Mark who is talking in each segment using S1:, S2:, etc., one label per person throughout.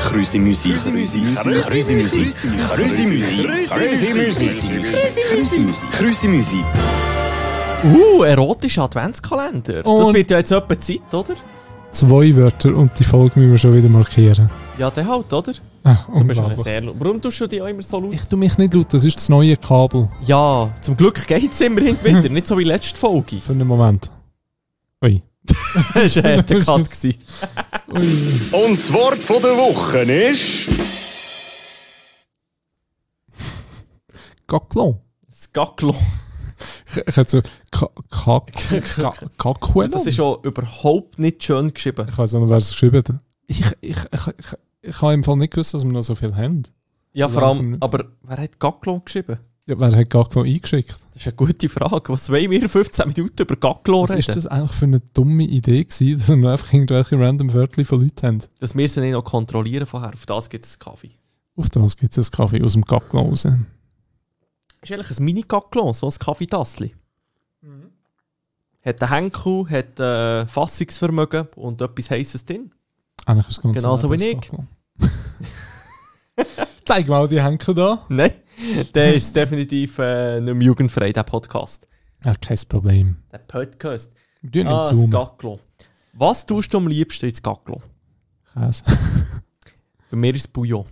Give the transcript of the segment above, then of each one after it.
S1: Krüsi Musik. Krüsi Musik. Krüsi Musik. Krüsi Musik. Krüsi Musik. Krüsi Musik.
S2: Uh, erotischer Adventskalender. das
S3: Und-
S2: wird ja jetzt etwa Zeit, oder?
S3: Zwei Wörter und die Folge müssen wir schon wieder markieren.
S2: Ja, der halt, oder? Du
S3: Ah,
S2: bist schon
S3: unglaublich.
S2: sehr laut. Warum tust du dich auch immer so laut?
S3: Ich tu mich nicht laut, das ist das neue Kabel
S2: Ja, zum Glück geht's immerhin wieder. Nicht so wie letzte Folge.
S3: für einen Moment. Ui.
S2: Das war ein harter Cut. gewesen.
S1: Und das Wort von der Woche ist.
S3: Gacklon.
S2: Das Gacklo.
S3: Ich ich hätte so Ka- Ka- Ka- Kakuelon.
S2: Das ist auch überhaupt nicht schön geschrieben.
S3: Ich weiß auch noch, wer es geschrieben hat. Ich, ich, ich, ich, ich habe im Fall nicht gewusst, dass wir noch so viel haben.
S2: Ja, vor allem,
S3: Lachen.
S2: aber wer hat Gacklo geschrieben?
S3: Ja, wer hat Gacklon eingeschickt?
S2: Das ist eine gute Frage. Was wollen wir 15 Minuten über Gacklo
S3: Was
S2: reden?
S3: ist das eigentlich für eine dumme Idee gewesen, dass wir einfach irgendwelche random Wörter von Leuten haben?
S2: Dass wir sie nicht noch kontrollieren vorher. Auf das gibt es Kaffee.
S3: Auf das gibt es einen Kaffee aus dem Gacklon raus.
S2: ist eigentlich ein Mini-Gacklo, so ein Kaffeetassli. Hat einen Henkel, hat äh, Fassungsvermögen und etwas Heißes drin.
S3: Eigentlich ist das ganze
S2: Genauso
S3: Leben
S2: wie
S3: ein
S2: ich.
S3: Gacklon. Zeig mal die Henkel da.
S2: Nein, der ist definitiv äh, nicht mehr jugendfrei, der Podcast.
S3: Ja, kein Problem.
S2: Der Podcast.
S3: Wir tun
S2: Ah,
S3: nicht
S2: das
S3: zoomen.
S2: Gacklo. Was tust du am liebsten ins Gacklo?
S3: Käse.
S2: Bei mir ist es Bouillon.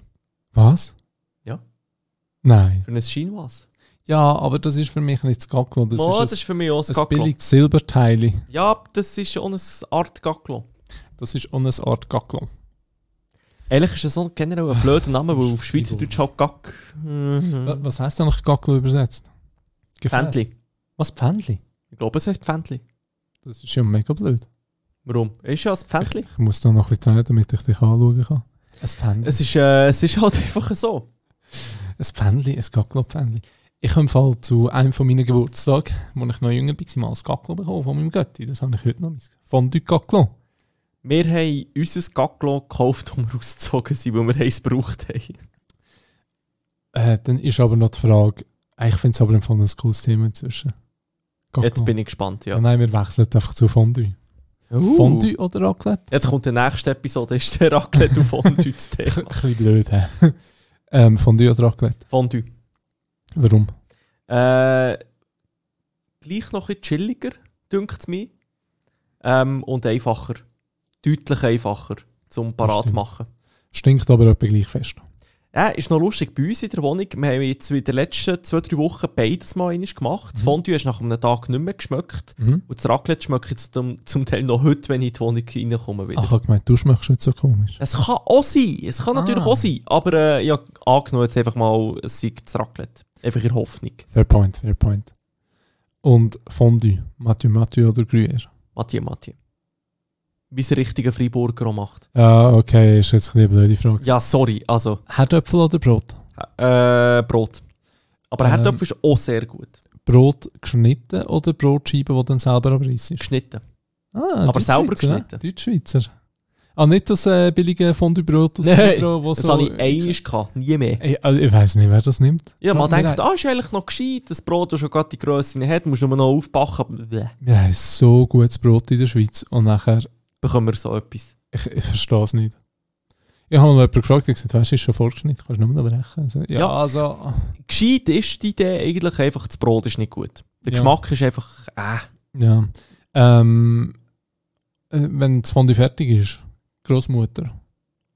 S3: Was?
S2: Ja.
S3: Nein.
S2: Für ein Chinois.
S3: Ja, aber das ist für mich nicht das Gacklon. Das
S2: oh, das
S3: ist
S2: ist für mich auch ein
S3: ein, ein
S2: Gacklo.
S3: billiges Silberteil.
S2: Ja, das ist auch eine Art Gacklo.
S3: Das ist ohne eine Art Gacklon.
S2: Ehrlich ist das auch generell ein blöder Name, weil auf Schweizerdeutsch halt Gack.
S3: Wa-
S2: Mhm.
S3: Was heisst eigentlich Gacklon übersetzt? Gefäß.
S2: Pfändli.
S3: Was, Pfändli?
S2: Ich glaube, es heißt Pfändli.
S3: Das ist ja mega blöd.
S2: Warum? Ist ja ein Pfändli.
S3: Ich muss da noch ein bisschen trainieren, damit ich dich anschauen kann. Ein Pfändli.
S2: Es ist, äh, es ist halt einfach so.
S3: Ein Pfändli, ein Gacklopfändli. Ich habe im Fall zu einem von meinen Geburtstagen, als ich noch jünger war, mal ein Gacklo bekommen von meinem Götti. Das habe ich heute noch. mein Fondue Gacklo.
S2: Wir haben unser Gacklo gekauft, um wir ausgezogen sind, weil wir es gebraucht haben.
S3: Äh, dann ist aber noch die Frage, äh, ich finde es aber im Fall ein cooles Thema inzwischen. Gacklo.
S2: Jetzt bin ich gespannt, ja.
S3: Nein, wir wechseln einfach zu Fondue.
S2: Uh.
S3: Fondue oder Raclette?
S2: Jetzt kommt die nächste Episode, ist der Raclette und Fondue das
S3: Ein
S2: Thema.
S3: bisschen blöd, hä? ähm, Fondue oder Raclette?
S2: Fondue.
S3: Warum?
S2: Äh, gleich noch ein bisschen chilliger, dünkt es mir. Ähm, und einfacher. Deutlich einfacher zum parat
S3: stimmt.
S2: machen.
S3: Stinkt aber etwa gleich fest.
S2: Ja, ist noch lustig, bei uns in der Wohnung, wir haben jetzt in den letzten zwei, drei Wochen beides mal einmal gemacht. Das Fondue hast nach einem Tag nicht mehr geschmeckt.
S3: Mhm.
S2: Und das Raclette schmeckt jetzt zum, zum Teil noch heute, wenn ich in die Wohnung reinkomme wieder.
S3: Ach, Ah, ich habe gemeint, du schmeckst nicht so komisch.
S2: Es kann auch sein, es kann natürlich
S3: Ah.
S2: auch sein. Aber äh, ja, angenommen jetzt einfach mal, es sei das Raclette. Einfach in Hoffnung.
S3: Fair point, fair point. Und Fondue, Mathieu Mathieu oder Gruyère?
S2: Mathieu, Mathieu. Wie es ein richtiger Freiburger auch macht.
S3: Ja, okay, ist jetzt ein bisschen eine blöde Frage.
S2: Ja, sorry, also
S3: Herdöpfel oder Brot?
S2: äh, Brot. Aber
S3: Ähm.
S2: Herdöpfel ist auch sehr gut.
S3: Brot geschnitten oder Brotscheiben, die dann selber abreißt?
S2: Geschnitten.
S3: Ah,
S2: Aber selber
S3: Deutschschweizer,
S2: geschnitten.
S3: Ne? Deutschschweizer. Ah, nicht das äh, billige Fondue-Brot aus
S2: Nein,
S3: Fibro, wo
S2: Das
S3: so...
S2: habe ich einmal gehabt, nie mehr.
S3: Ey, also ich weiß nicht, wer das nimmt.
S2: Ja, man
S3: Wir
S2: denkt,
S3: haben-
S2: ah, ist eigentlich noch gescheit, das Brot, das schon gerade die Grösse nicht hat, musst du nur noch aufbacken. aber Bäh,
S3: Wir haben so gutes Brot in der Schweiz und nachher...
S2: bekommen wir so etwas.
S3: Ich, ich verstehe es nicht. Ich habe mal jemanden gefragt, der gesagt, weißt du, ist schon vorgeschnitten, kannst du nicht mehr brechen. Also, ja,
S2: Ja.
S3: also...
S2: Gescheit ist die Idee eigentlich einfach, das Brot ist nicht gut. Der
S3: Ja.
S2: Geschmack ist einfach, äh,
S3: Ja. Ähm, äh, wenn das Fondue fertig ist, Großmutter.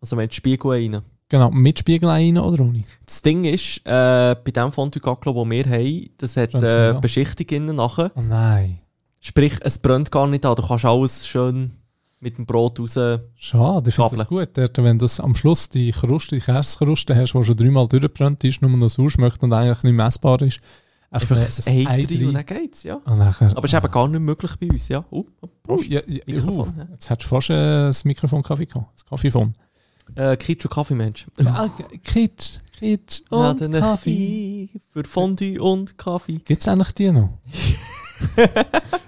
S2: also wenn du Spiegel rein.
S3: Genau, mit Spiegel rein oder ohne?
S2: Das Ding ist, äh, bei dem Fondue Gaclo, das wir haben, das hat
S3: Brennt's
S2: äh,
S3: nicht an.
S2: Beschichtung innen nachher.
S3: Oh nein.
S2: Sprich, es brennt gar nicht an. Du kannst alles schön mit dem Brot raus.
S3: Schade, ich finde
S2: Gabeln.
S3: das gut. Dort, wenn das am Schluss die Kruste, die Kerzenkruste hast, die schon dreimal durchgebrannt ist, nur noch sauer schmeckt und eigentlich nicht messbar ist.
S2: Einfach ein Ei drin und
S3: rein.
S2: dann geht's, ja.
S3: Und nachher,
S2: Aber es ist eben gar nicht möglich bei uns, ja. Uh,
S3: Ah, oh, ja, ja,
S2: Mikrofon,
S3: uh,
S2: ja.
S3: jetzt hättest du fast äh, das Mikrofon Kaffee gehabt. Das Kaffeefon.
S2: äh, Kitsch und Kaffee, Mensch.
S3: Ja, okay. Kitsch, Kitsch und
S2: Laden
S3: Kaffee.
S2: ein Für Fondue und Kaffee.
S3: Gibt es eigentlich die noch?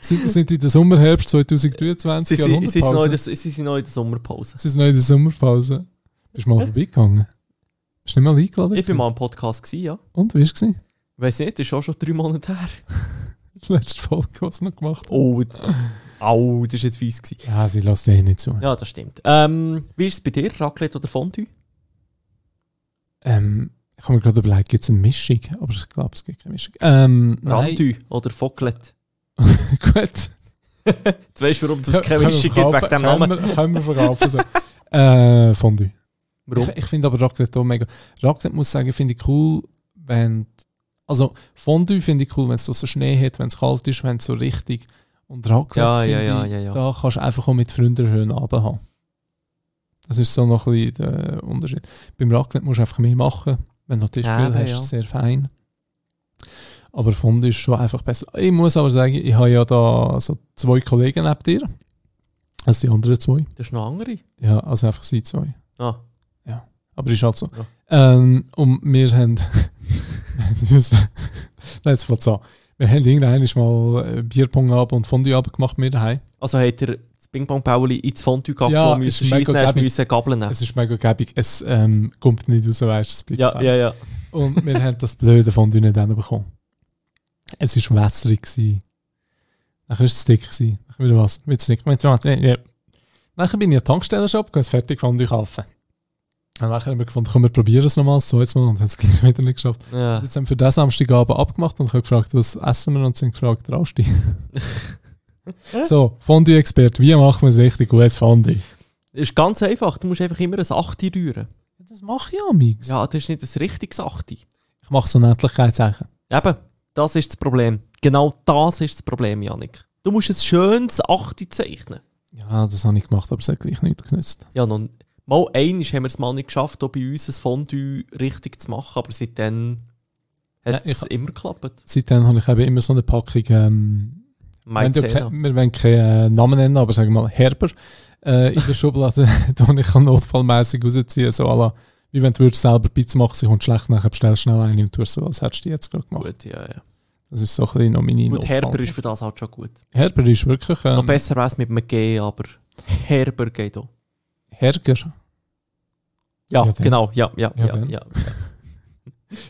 S3: sind, sind in der Sommerherbst 2023
S2: Sie, sie, sie, sind neu,
S3: Jahrhundertpause?
S2: das, sie sind neu in der Sommerpause.
S3: Es ist noch in der Sommerpause. Bist du mal vorbeigegangen? Bist du nicht mal eingeladen?
S2: Ich
S3: gewesen?
S2: bin mal im Podcast, gewesen, ja.
S3: Und wie war es? gewesen?
S2: Weiß nicht, das ist auch schon drei Monate her.
S3: Die letzte Folge, was noch gemacht
S2: Oh, d- au, das war jetzt fies. Gewesen.
S3: Ja, sie lässt eh nicht zu.
S2: Ja, das stimmt. Ähm, wie ist es bei dir, Raclette oder Fondue?
S3: Ähm, ich habe mir gerade überlegt, gibt es eine Mischung? Aber ich glaube, es gibt keine Mischung. Ähm, nein.
S2: Rantü oder Foglet.
S3: Gut.
S2: Jetzt weißt du, warum das keine
S3: Können wir
S2: Mischung gibt wegen
S3: verkaufen?
S2: dem Namen.
S3: Können wir, können wir verkaufen. So. äh, Fondue.
S2: Warum?
S3: Ich, ich finde aber Raclette auch mega. Raclette muss ich sagen, finde ich cool, wenn. Also Fondue finde ich cool, wenn es draussen Schnee hat, wenn es kalt ist, wenn es so richtig. Und Raclette,
S2: Ja, ja,
S3: finde
S2: ja,
S3: ich,
S2: ja, ja.
S3: da kannst du einfach auch mit Freunden schön Abend haben. Das ist so noch ein bisschen der Unterschied. Beim Raclette musst du einfach mehr machen. Wenn du Tischgrill
S2: Eben,
S3: hast,
S2: ja.
S3: sehr fein. Aber Fondue ist schon einfach besser. Ich muss aber sagen, ich habe ja da so zwei Kollegen neben dir. Also die anderen zwei.
S2: Das ist noch andere.
S3: Ja, also einfach sie zwei.
S2: Ah.
S3: Aber ist halt so. Ähm, und wir haben. Wir müssen- Nein, jetzt fängt an. Wir haben irgendwann mal äh, Bierpong ab und Fondue abgemacht, wir daheim.
S2: Also hat er das ping pong pauli ins Fondue gehabt,
S3: Ja,
S2: ja,
S3: ist
S2: müssen
S3: mega
S2: schiessen, hast
S3: gäbig.
S2: müssen Gabeln nehmen.
S3: Es ist mega gäbig, es ähm, kommt nicht raus, weißt du, es bleibt
S2: Ja,
S3: daheim.
S2: ja, ja.
S3: Und wir haben das blöde Fondue nicht bekommen. Es war wässrig. gewesen. Dann war es dick. gewesen. Dann wieder was. Wieder dick. Wieder was. Ja, ja. Nachher bin ich an den Tankstellenshop, gehe fertig Fondue kaufen. Und nachher haben wir gefunden, komm, wir probieren es nochmal, so jetzt mal, und haben es gleich wieder nicht geschafft.
S2: ja.
S3: Jetzt haben wir für diesen Samstagabend abgemacht und ich habe gefragt, was essen wir und sind gefragt, Rausti. so, Fondue-Experte, wie machen wir es richtig gutes Fondue?
S2: Ist ganz einfach, du musst einfach immer ein Achti rühren.
S3: Das mache ich amix.
S2: Ja, das ist nicht ein richtiges Achti.
S3: Ich mache so Nettigkeitssachen.
S2: Eben, das ist das Problem. Genau das ist das Problem, Janik. Du musst ein schönes Achti zeichnen.
S3: Ja, das habe ich gemacht, aber es hat gleich nicht genützt.
S2: Ja, noch mal einisch haben wir es mal nicht geschafft, auch bei uns ein Fondue richtig zu machen, aber seitdem hat
S3: Ja,
S2: es
S3: ich-
S2: immer geklappt.
S3: Seitdem habe ich eben immer so eine Packung, ähm, wenn du,
S2: Maizena.
S3: wir wollen keinen äh, Namen nennen, aber sagen wir mal Herber, äh, in der Schublade, die ich notfallmäßig rausziehen so à la, wie wenn du würdest selber Pizza machen sie kommt schlecht, nachher bestellst du schnell eine und tust so, als hättest du die jetzt gerade gemacht.
S2: Gut, ja, ja.
S3: Das ist so ein bisschen noch meine
S2: Gut, Herber
S3: Notfall-
S2: ist für das halt schon gut.
S3: Herber ist wirklich
S2: Noch
S3: ähm,
S2: besser wäre es mit einem G, aber Herber geht auch.
S3: Herger.
S2: Ja,
S3: Ja, dann.
S2: genau, ja, ja,
S3: Ja,
S2: ja, ja,
S3: dann.
S2: ja.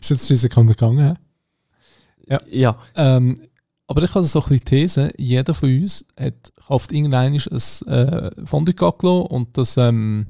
S3: Ist jetzt schon Sekunde gegangen. hä?
S2: ja.
S3: Ähm, aber ich habe so ein bisschen die These, jeder von uns hat, kauft irgendwann ein äh, Fondue Gaglo und das ähm,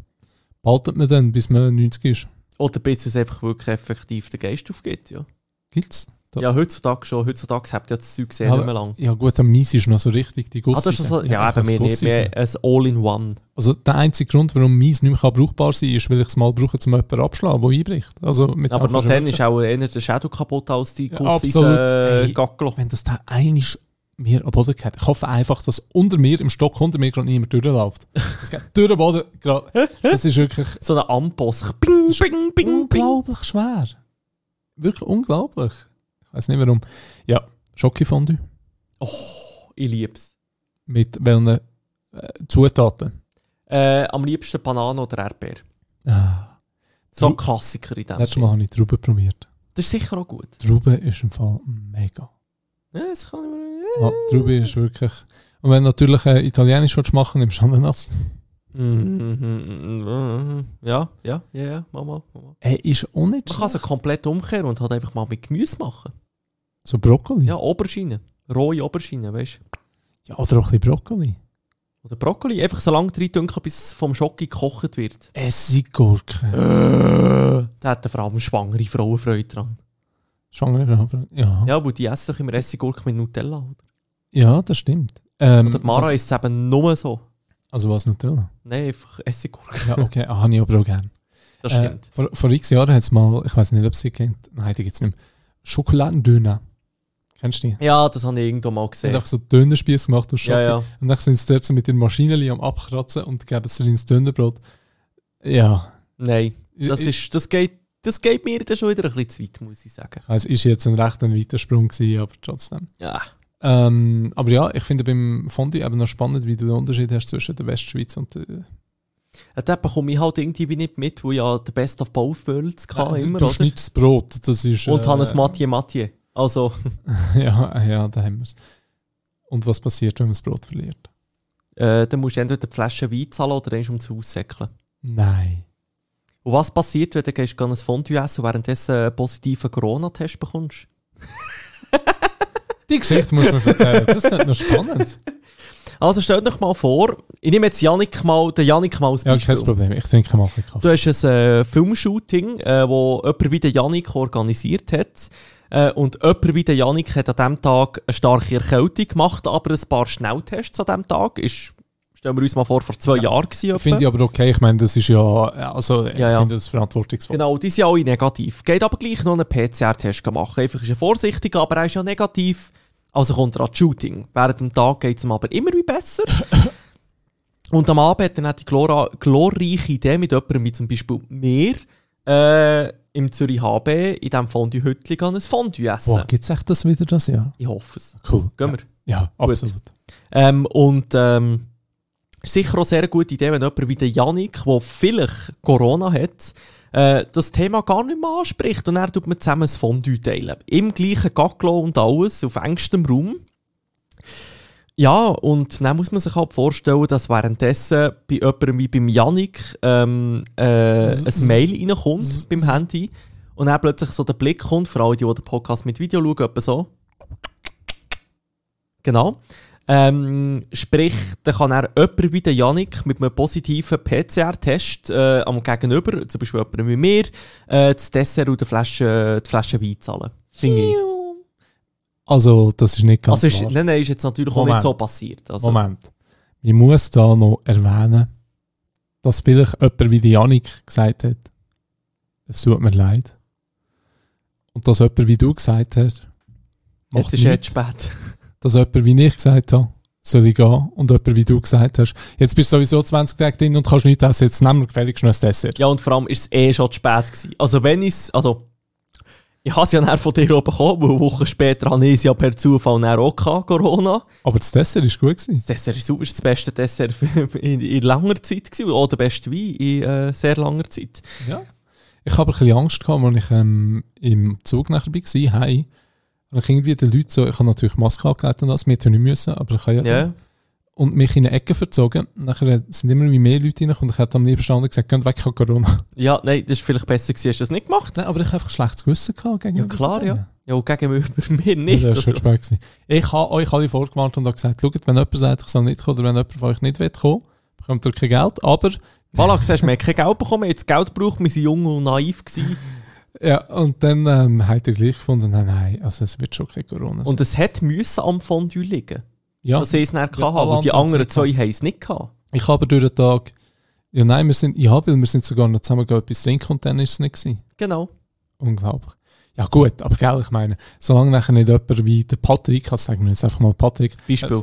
S3: behaltet man dann, bis man 90 ist.
S2: Oder bis es einfach wirklich effektiv den Geist aufgeht, ja.
S3: Gibt's? Das?
S2: Ja, heutzutage schon. Heutzutage habt ihr ja das Zeug sehr
S3: Ja,
S2: nicht mehr lang.
S3: ja gut, am Mies ist noch so richtig die
S2: Ah,
S3: Gusse.
S2: das ist so,
S3: sind.
S2: ja, eben,
S3: das
S2: wir nicht
S3: Gusse
S2: mehr
S3: sind.
S2: ein All-in-One.
S3: Also der einzige Grund, warum Mies nicht mehr kann brauchbar sein kann, ist, weil ich es mal brauche, zum jemanden abschlagen, der einbricht. Also, mit
S2: Aber
S3: dem
S2: noch
S3: kannst du
S2: dann
S3: wirklich-
S2: ist auch eher der eh, Shadow kaputt als die
S3: Ja,
S2: Gussis
S3: absolut.
S2: äh,
S3: Hey.
S2: Gacklo.
S3: wenn das da einisch mir am Boden geht. Ich hoffe einfach, dass unter mir, im Stock unter mir, gerade niemand durchläuft. Das geht durch den Boden. gerade. Das ist wirklich
S2: So ein Amboss. Bing, bing, bing, bing.
S3: unglaublich schwer. Wirklich unglaublich. Ich weiß nicht warum. Ja, Schokifondue.
S2: Ich lieb's.
S3: Mit welchen äh, Zutaten?
S2: Äh, am liebsten Banane oder Erdbeer.
S3: Ah,
S2: So
S3: Du-
S2: ein Klassiker in dem
S3: letztes
S2: Sinn.
S3: Mal habe ich Trauben probiert.
S2: Das ist sicher auch gut.
S3: Trauben ist im Fall mega.
S2: Ja, das kann
S3: Ja, Trauben ist wirklich... Und wenn du natürlich äh, Italienisch willst machen nimmst du Ananas.
S2: Mhm. Ja, ja, ja, ja, Mama. Mama.
S3: Äh, ist auch nicht
S2: Man kann es komplett umkehren und halt einfach mal mit Gemüse machen.
S3: So Brokkoli.
S2: Ja, Aubergine. Rohe Aubergine, weißt du?
S3: ja, oder auch ein bisschen Brokkoli.
S2: Oder Brokkoli. Einfach so lange drin dünken, bis es vom Schocki gekocht wird.
S3: Essiggurken. Äh.
S2: Da hat vor allem schwangere Frauen Freude dran.
S3: Schwangere Frauen. Ja. ja.
S2: Ja, aber die essen doch immer Essiggurken mit Nutella. Oder,
S3: Ja, das stimmt. Ähm,
S2: oder die Mara
S3: was,
S2: isst es eben nur so.
S3: also was Ah, Nutella?
S2: Nein, einfach Essiggurken.
S3: Ja, okay, ah, habe ich aber auch gerne.
S2: Das
S3: Äh,
S2: stimmt.
S3: vor, vor x Jahren hat es mal, ich weiß nicht, ob sie kennt, nein, die gibt es nicht mehr. Schokoladendöner. Kennst du die?
S2: Ja, das habe ich irgendwo mal
S3: Sie haben
S2: gesehen.
S3: einfach so Dönerspieß gemacht aus
S2: Ja,
S3: Schokolade.
S2: ja.
S3: Und dann sind sie dort so mit den Maschinen am Abkratzen und geben es dir ins Dönerbrot. Ja.
S2: Nein, das,
S3: Ich-
S2: ist, das, geht, das geht mir dann schon wieder ein bisschen zu weit, muss ich sagen.
S3: Es ist jetzt ein recht ein weiter Sprung gewesen, aber trotzdem.
S2: Ja.
S3: Ähm, aber ja, ich finde beim Fondue eben noch spannend, wie du den Unterschied hast zwischen der Westschweiz und der
S2: Da bekomme ich halt irgendwie nicht mit, wo ja der Best of Both Worlds kann
S3: Nein,
S2: immer,
S3: du, du
S2: oder?
S3: schneidest das Brot, das ist...
S2: Und
S3: äh,
S2: Hannes Mathieu Mathieu. Also,
S3: Ja, ja, da haben wir es. Und was passiert, wenn man das Brot verliert?
S2: äh, dann musst du entweder die Flasche Wein zahlen oder dann ums Haus säckeln.
S3: Nein.
S2: Und was passiert, wenn du gehst, gehst ein Fondue essen und währenddessen einen positiven Corona-Test bekommst?
S3: Die Geschichte muss man erzählen, das ist noch spannend.
S2: Also stellt euch mal vor, ich nehme jetzt Janik mal, den Janik mal als
S3: Ja,
S2: Beispiel.
S3: kein Problem. Ich trinke mal ein bisschen Kaffee.
S2: Du hast ein äh, Filmshooting, äh, wo jemand wie der Janik organisiert hat. Äh, und jemand wie der Janik hat an diesem Tag eine starke Erkältung gemacht, aber ein paar Schnelltests an diesem Tag. Ist, stellen wir uns mal vor, vor zwei Jahren gewesen.
S3: Finde ich aber okay. Ich meine, das ist ja, also, ich
S2: Ja, ja.
S3: finde das verantwortungsvoll.
S2: Genau, die sind ja alle negativ. Geht aber gleich noch einen PCR-Test machen. Einfach ist er vorsichtig, aber er ist ja negativ. Also kommt er an das Shooting. Während dem Tag geht es ihm aber immer wie besser. Und am Abend hat er dann die glora- glorreiche Idee mit jemandem, wie zum Beispiel mir, äh, im Zürich HB, in diesem Fondue-Hütli, gehen ein Fondue essen.
S3: Boah, gibt es echt das wieder das Jahr?
S2: Ich hoffe es.
S3: Cool.
S2: Gehen
S3: ja.
S2: wir.
S3: ja, absolut.
S2: Ähm, und ähm, ist sicher auch sehr gute Idee, wenn jemand wie der Janik, der vielleicht Corona hat, äh, das Thema gar nicht mehr anspricht und dann tut man zusammen ein Fondue teilen. Im gleichen Gacklo und alles, auf engstem Raum. Ja, und dann muss man sich halt vorstellen, dass währenddessen bei jemandem wie beim Janik ähm, äh, ein Mail reinkommt beim Handy und dann plötzlich so der Blick kommt, für alle, die den Podcast mit Video schauen, etwa so. Genau. Ähm, sprich, da kann er jemand wie der Janik mit einem positiven PCR-Test äh, am Gegenüber, zum Beispiel jemand wie mir, äh, das Dessert und die Flasche, die Flasche Wein zahlen. Finde ich.
S3: Also, das ist nicht ganz
S2: Also ist,
S3: wahr.
S2: nein, nein, ist jetzt natürlich auch
S3: Moment.
S2: nicht so passiert. Also,
S3: Moment. Ich muss da noch erwähnen, dass vielleicht jemand wie die Janik gesagt hat, es tut mir leid. Und dass jemand wie du gesagt hast,
S2: jetzt
S3: macht
S2: ist es
S3: nichts.
S2: spät.
S3: Dass jemand wie ich gesagt habe, soll ich gehen. Und jemand wie du gesagt hast, jetzt bist du sowieso 20 Tage drin und kannst nichts essen, jetzt nehmen wir gefälligst noch ein Dessert.
S2: Ja, und vor allem ist es eh schon zu spät gewesen. Also wenn ich es, also ich habe es ja nachher von dir auch bekommen, weil eine Woche später habe ich es ja per Zufall nachher auch gehabt, Corona.
S3: Aber das Dessert ist gut gewesen.
S2: Das Dessert ist super, ist das beste Dessert in, in langer Zeit gewesen, oder der beste Wein in äh, sehr langer Zeit.
S3: Ja. Ich habe ein bisschen Angst gehabt, als ich ähm, im Zug nachher war, hey, und ich irgendwie den Leuten so, ich habe natürlich Maske angelegt und das, wir hätten nicht müssen, aber ich habe ja,
S2: Ja.
S3: und mich in eine Ecke verzogen. Nachher sind immer wie mehr Leute reingekommen und ich hätte am liebsten anderen gesagt, geht weg, ich habe Corona.
S2: ja, nein, das ist vielleicht besser gewesen, hast du das nicht gemacht.
S3: Nein, aber ich habe einfach schlechtes Gewissen gehabt.
S2: Ja
S3: gegenüber
S2: klar,
S3: denen.
S2: ja. Ja, und gegenüber mir nicht.
S3: das war schon
S2: oder?
S3: spät. Gewesen. oh, Ich habe euch alle vorgewarnt und habe gesagt, schaut, wenn jemand sagt, ich soll nicht kommen oder wenn jemand von euch nicht will kommen, bekommt ihr kein Geld. Aber,
S2: Voilà, siehst du, wir haben kein Geld bekommen, wir haben jetzt Geld braucht, wir waren jung und naiv. Gewesen.
S3: ja, und dann ähm, hat er gleich gefunden, nein, nein, also es wird schon kein Corona sein.
S2: Und es hat müssen am Fondue liegen.
S3: ja.
S2: Was sie es dann
S3: Ja,
S2: ja, haben,
S3: alle
S2: und die
S3: anderen
S2: anderen
S3: hat's nicht
S2: zwei haben es nicht gehabt.
S3: Ich habe durch den Tag. Ja, nein, wir sind. Ich habe, weil wir sind sogar noch zusammen gegangen, etwas trinken und dann ist es nicht gewesen.
S2: Genau.
S3: Unglaublich. Ja, gut, aber gell, ich meine, solange nachher nicht jemand wie der Patrick, also sagen wir jetzt einfach mal Patrick,
S2: Beispiel.
S3: ein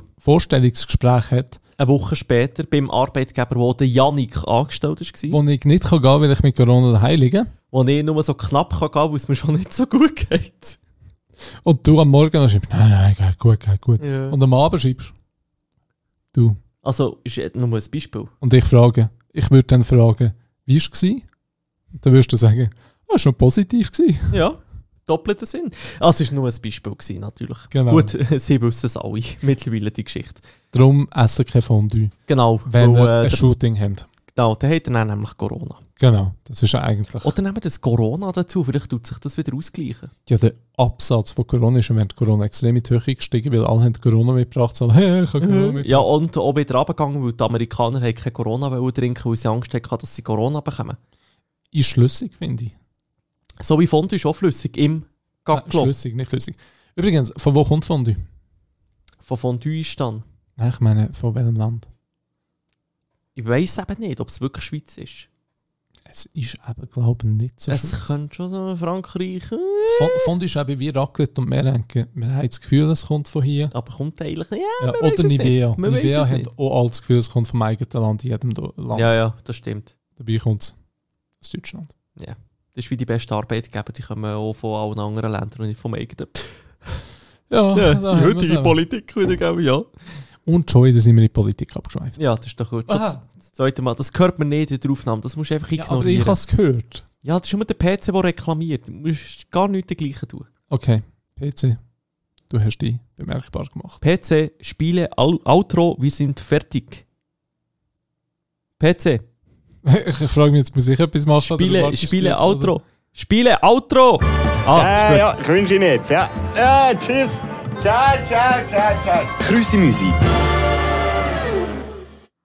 S3: Vorstellungsgespräch hat,
S2: Eine Woche später beim Arbeitgeber, wo der Janik angestellt war, wo,
S3: wo ich nicht kann gehen kann, weil ich mit Corona daheim liege.
S2: wo ich nur so knapp kann gehen kann, weil es mir schon nicht so gut geht.
S3: Und du am Morgen noch schreibst, nein, nein, geht gut, geht gut.
S2: Ja.
S3: Und am Abend schreibst du.
S2: Also, ist jetzt nur ein Beispiel.
S3: Und ich frage, ich würde dann fragen, wie war es? Und dann würdest du sagen, ah, ist noch positiv gewesen.
S2: Ja, doppelter Sinn. Also, es war nur ein Beispiel, gewesen, natürlich.
S3: Genau.
S2: Gut, sie wissen es alle, mittlerweile die Geschichte.
S3: Darum essen kein Fondue,
S2: Genau,
S3: wenn ihr
S2: weil,
S3: ein
S2: äh,
S3: Shooting habt.
S2: genau, dann hat er dann nämlich Corona.
S3: Genau, das ist ja eigentlich
S2: Oder nehmen wir das Corona dazu, vielleicht tut sich das wieder ausgleichen.
S3: ja, der Absatz von Corona ist ja während Corona extrem in die Höhe gestiegen, weil alle haben Corona mitgebracht, so, hey, ich habe Corona mitgebracht.
S2: Mhm. Ja, und auch wieder runtergegangen, weil die Amerikaner haben keine Corona wollen trinken, weil sie Angst hatten, dass sie Corona bekommen.
S3: Ist schlüssig, finde ich.
S2: So wie Fondue ist auch flüssig im
S3: Nein,
S2: Gacklo.
S3: schlüssig, nicht flüssig. Übrigens, von wo kommt Fondue?
S2: Von Fondue ist dann.
S3: Nein, ich meine, von welchem Land?
S2: Ich weiß eben nicht, ob es wirklich Schweiz ist.
S3: Es ist eben, glaube ich, nicht so
S2: es
S3: Schweiz.
S2: könnte schon so Frankreich. äh,
S3: Fo- Fondue ist eben wie Raclette und Merenke. Wir haben das Gefühl, es kommt von hier.
S2: Aber kommt eigentlich nicht.
S3: Ja,
S2: Ah, man weiss
S3: oder
S2: es
S3: Nivea.
S2: nicht. Man weiss
S3: Nivea
S2: es
S3: hat
S2: nicht.
S3: auch alle das Gefühl, es kommt vom eigenen Land, in jedem Do- Land.
S2: Ja, ja, das stimmt.
S3: Dabei kommt es aus Deutschland.
S2: Das ist wie die besten Arbeitgeber, die kommen auch von allen anderen Ländern und nicht vom eigenen.
S3: Ja,
S2: Ja,
S3: da haben
S2: die
S3: wir's
S2: heutige
S3: eben.
S2: Politik wieder, gell? Ja.
S3: Und schon, da sind wir in die Politik abgeschweift.
S2: ja, das ist doch gut. Schon
S3: Aha.
S2: Das das zweite Mal. Das hört man nicht in der Aufnahme, das musst du einfach
S3: Ja, aber ich
S2: ignorieren.
S3: habe es gehört.
S2: Ja, das ist immer der PC, der reklamiert. Du musst gar nichts dergleichen tun.
S3: Okay, PC, du hast dich bemerkbar gemacht.
S2: PC, Spiele, Al Outro, wir sind fertig. PC,
S3: Ich frage mich jetzt, muss ich etwas machen? oder
S2: Spiele,
S3: wartest du
S2: Spiele,
S3: jetzt,
S2: Outro.
S3: oder? Äh,
S2: Spiele, Outro! Ah, ist
S1: Ja,
S2: gut.
S1: Eh, ja, ich wünsche Ihnen jetzt, ja. Ja, tschüss.
S4: Ciao, ciao, ciao, ciao.
S1: Grüße Musik.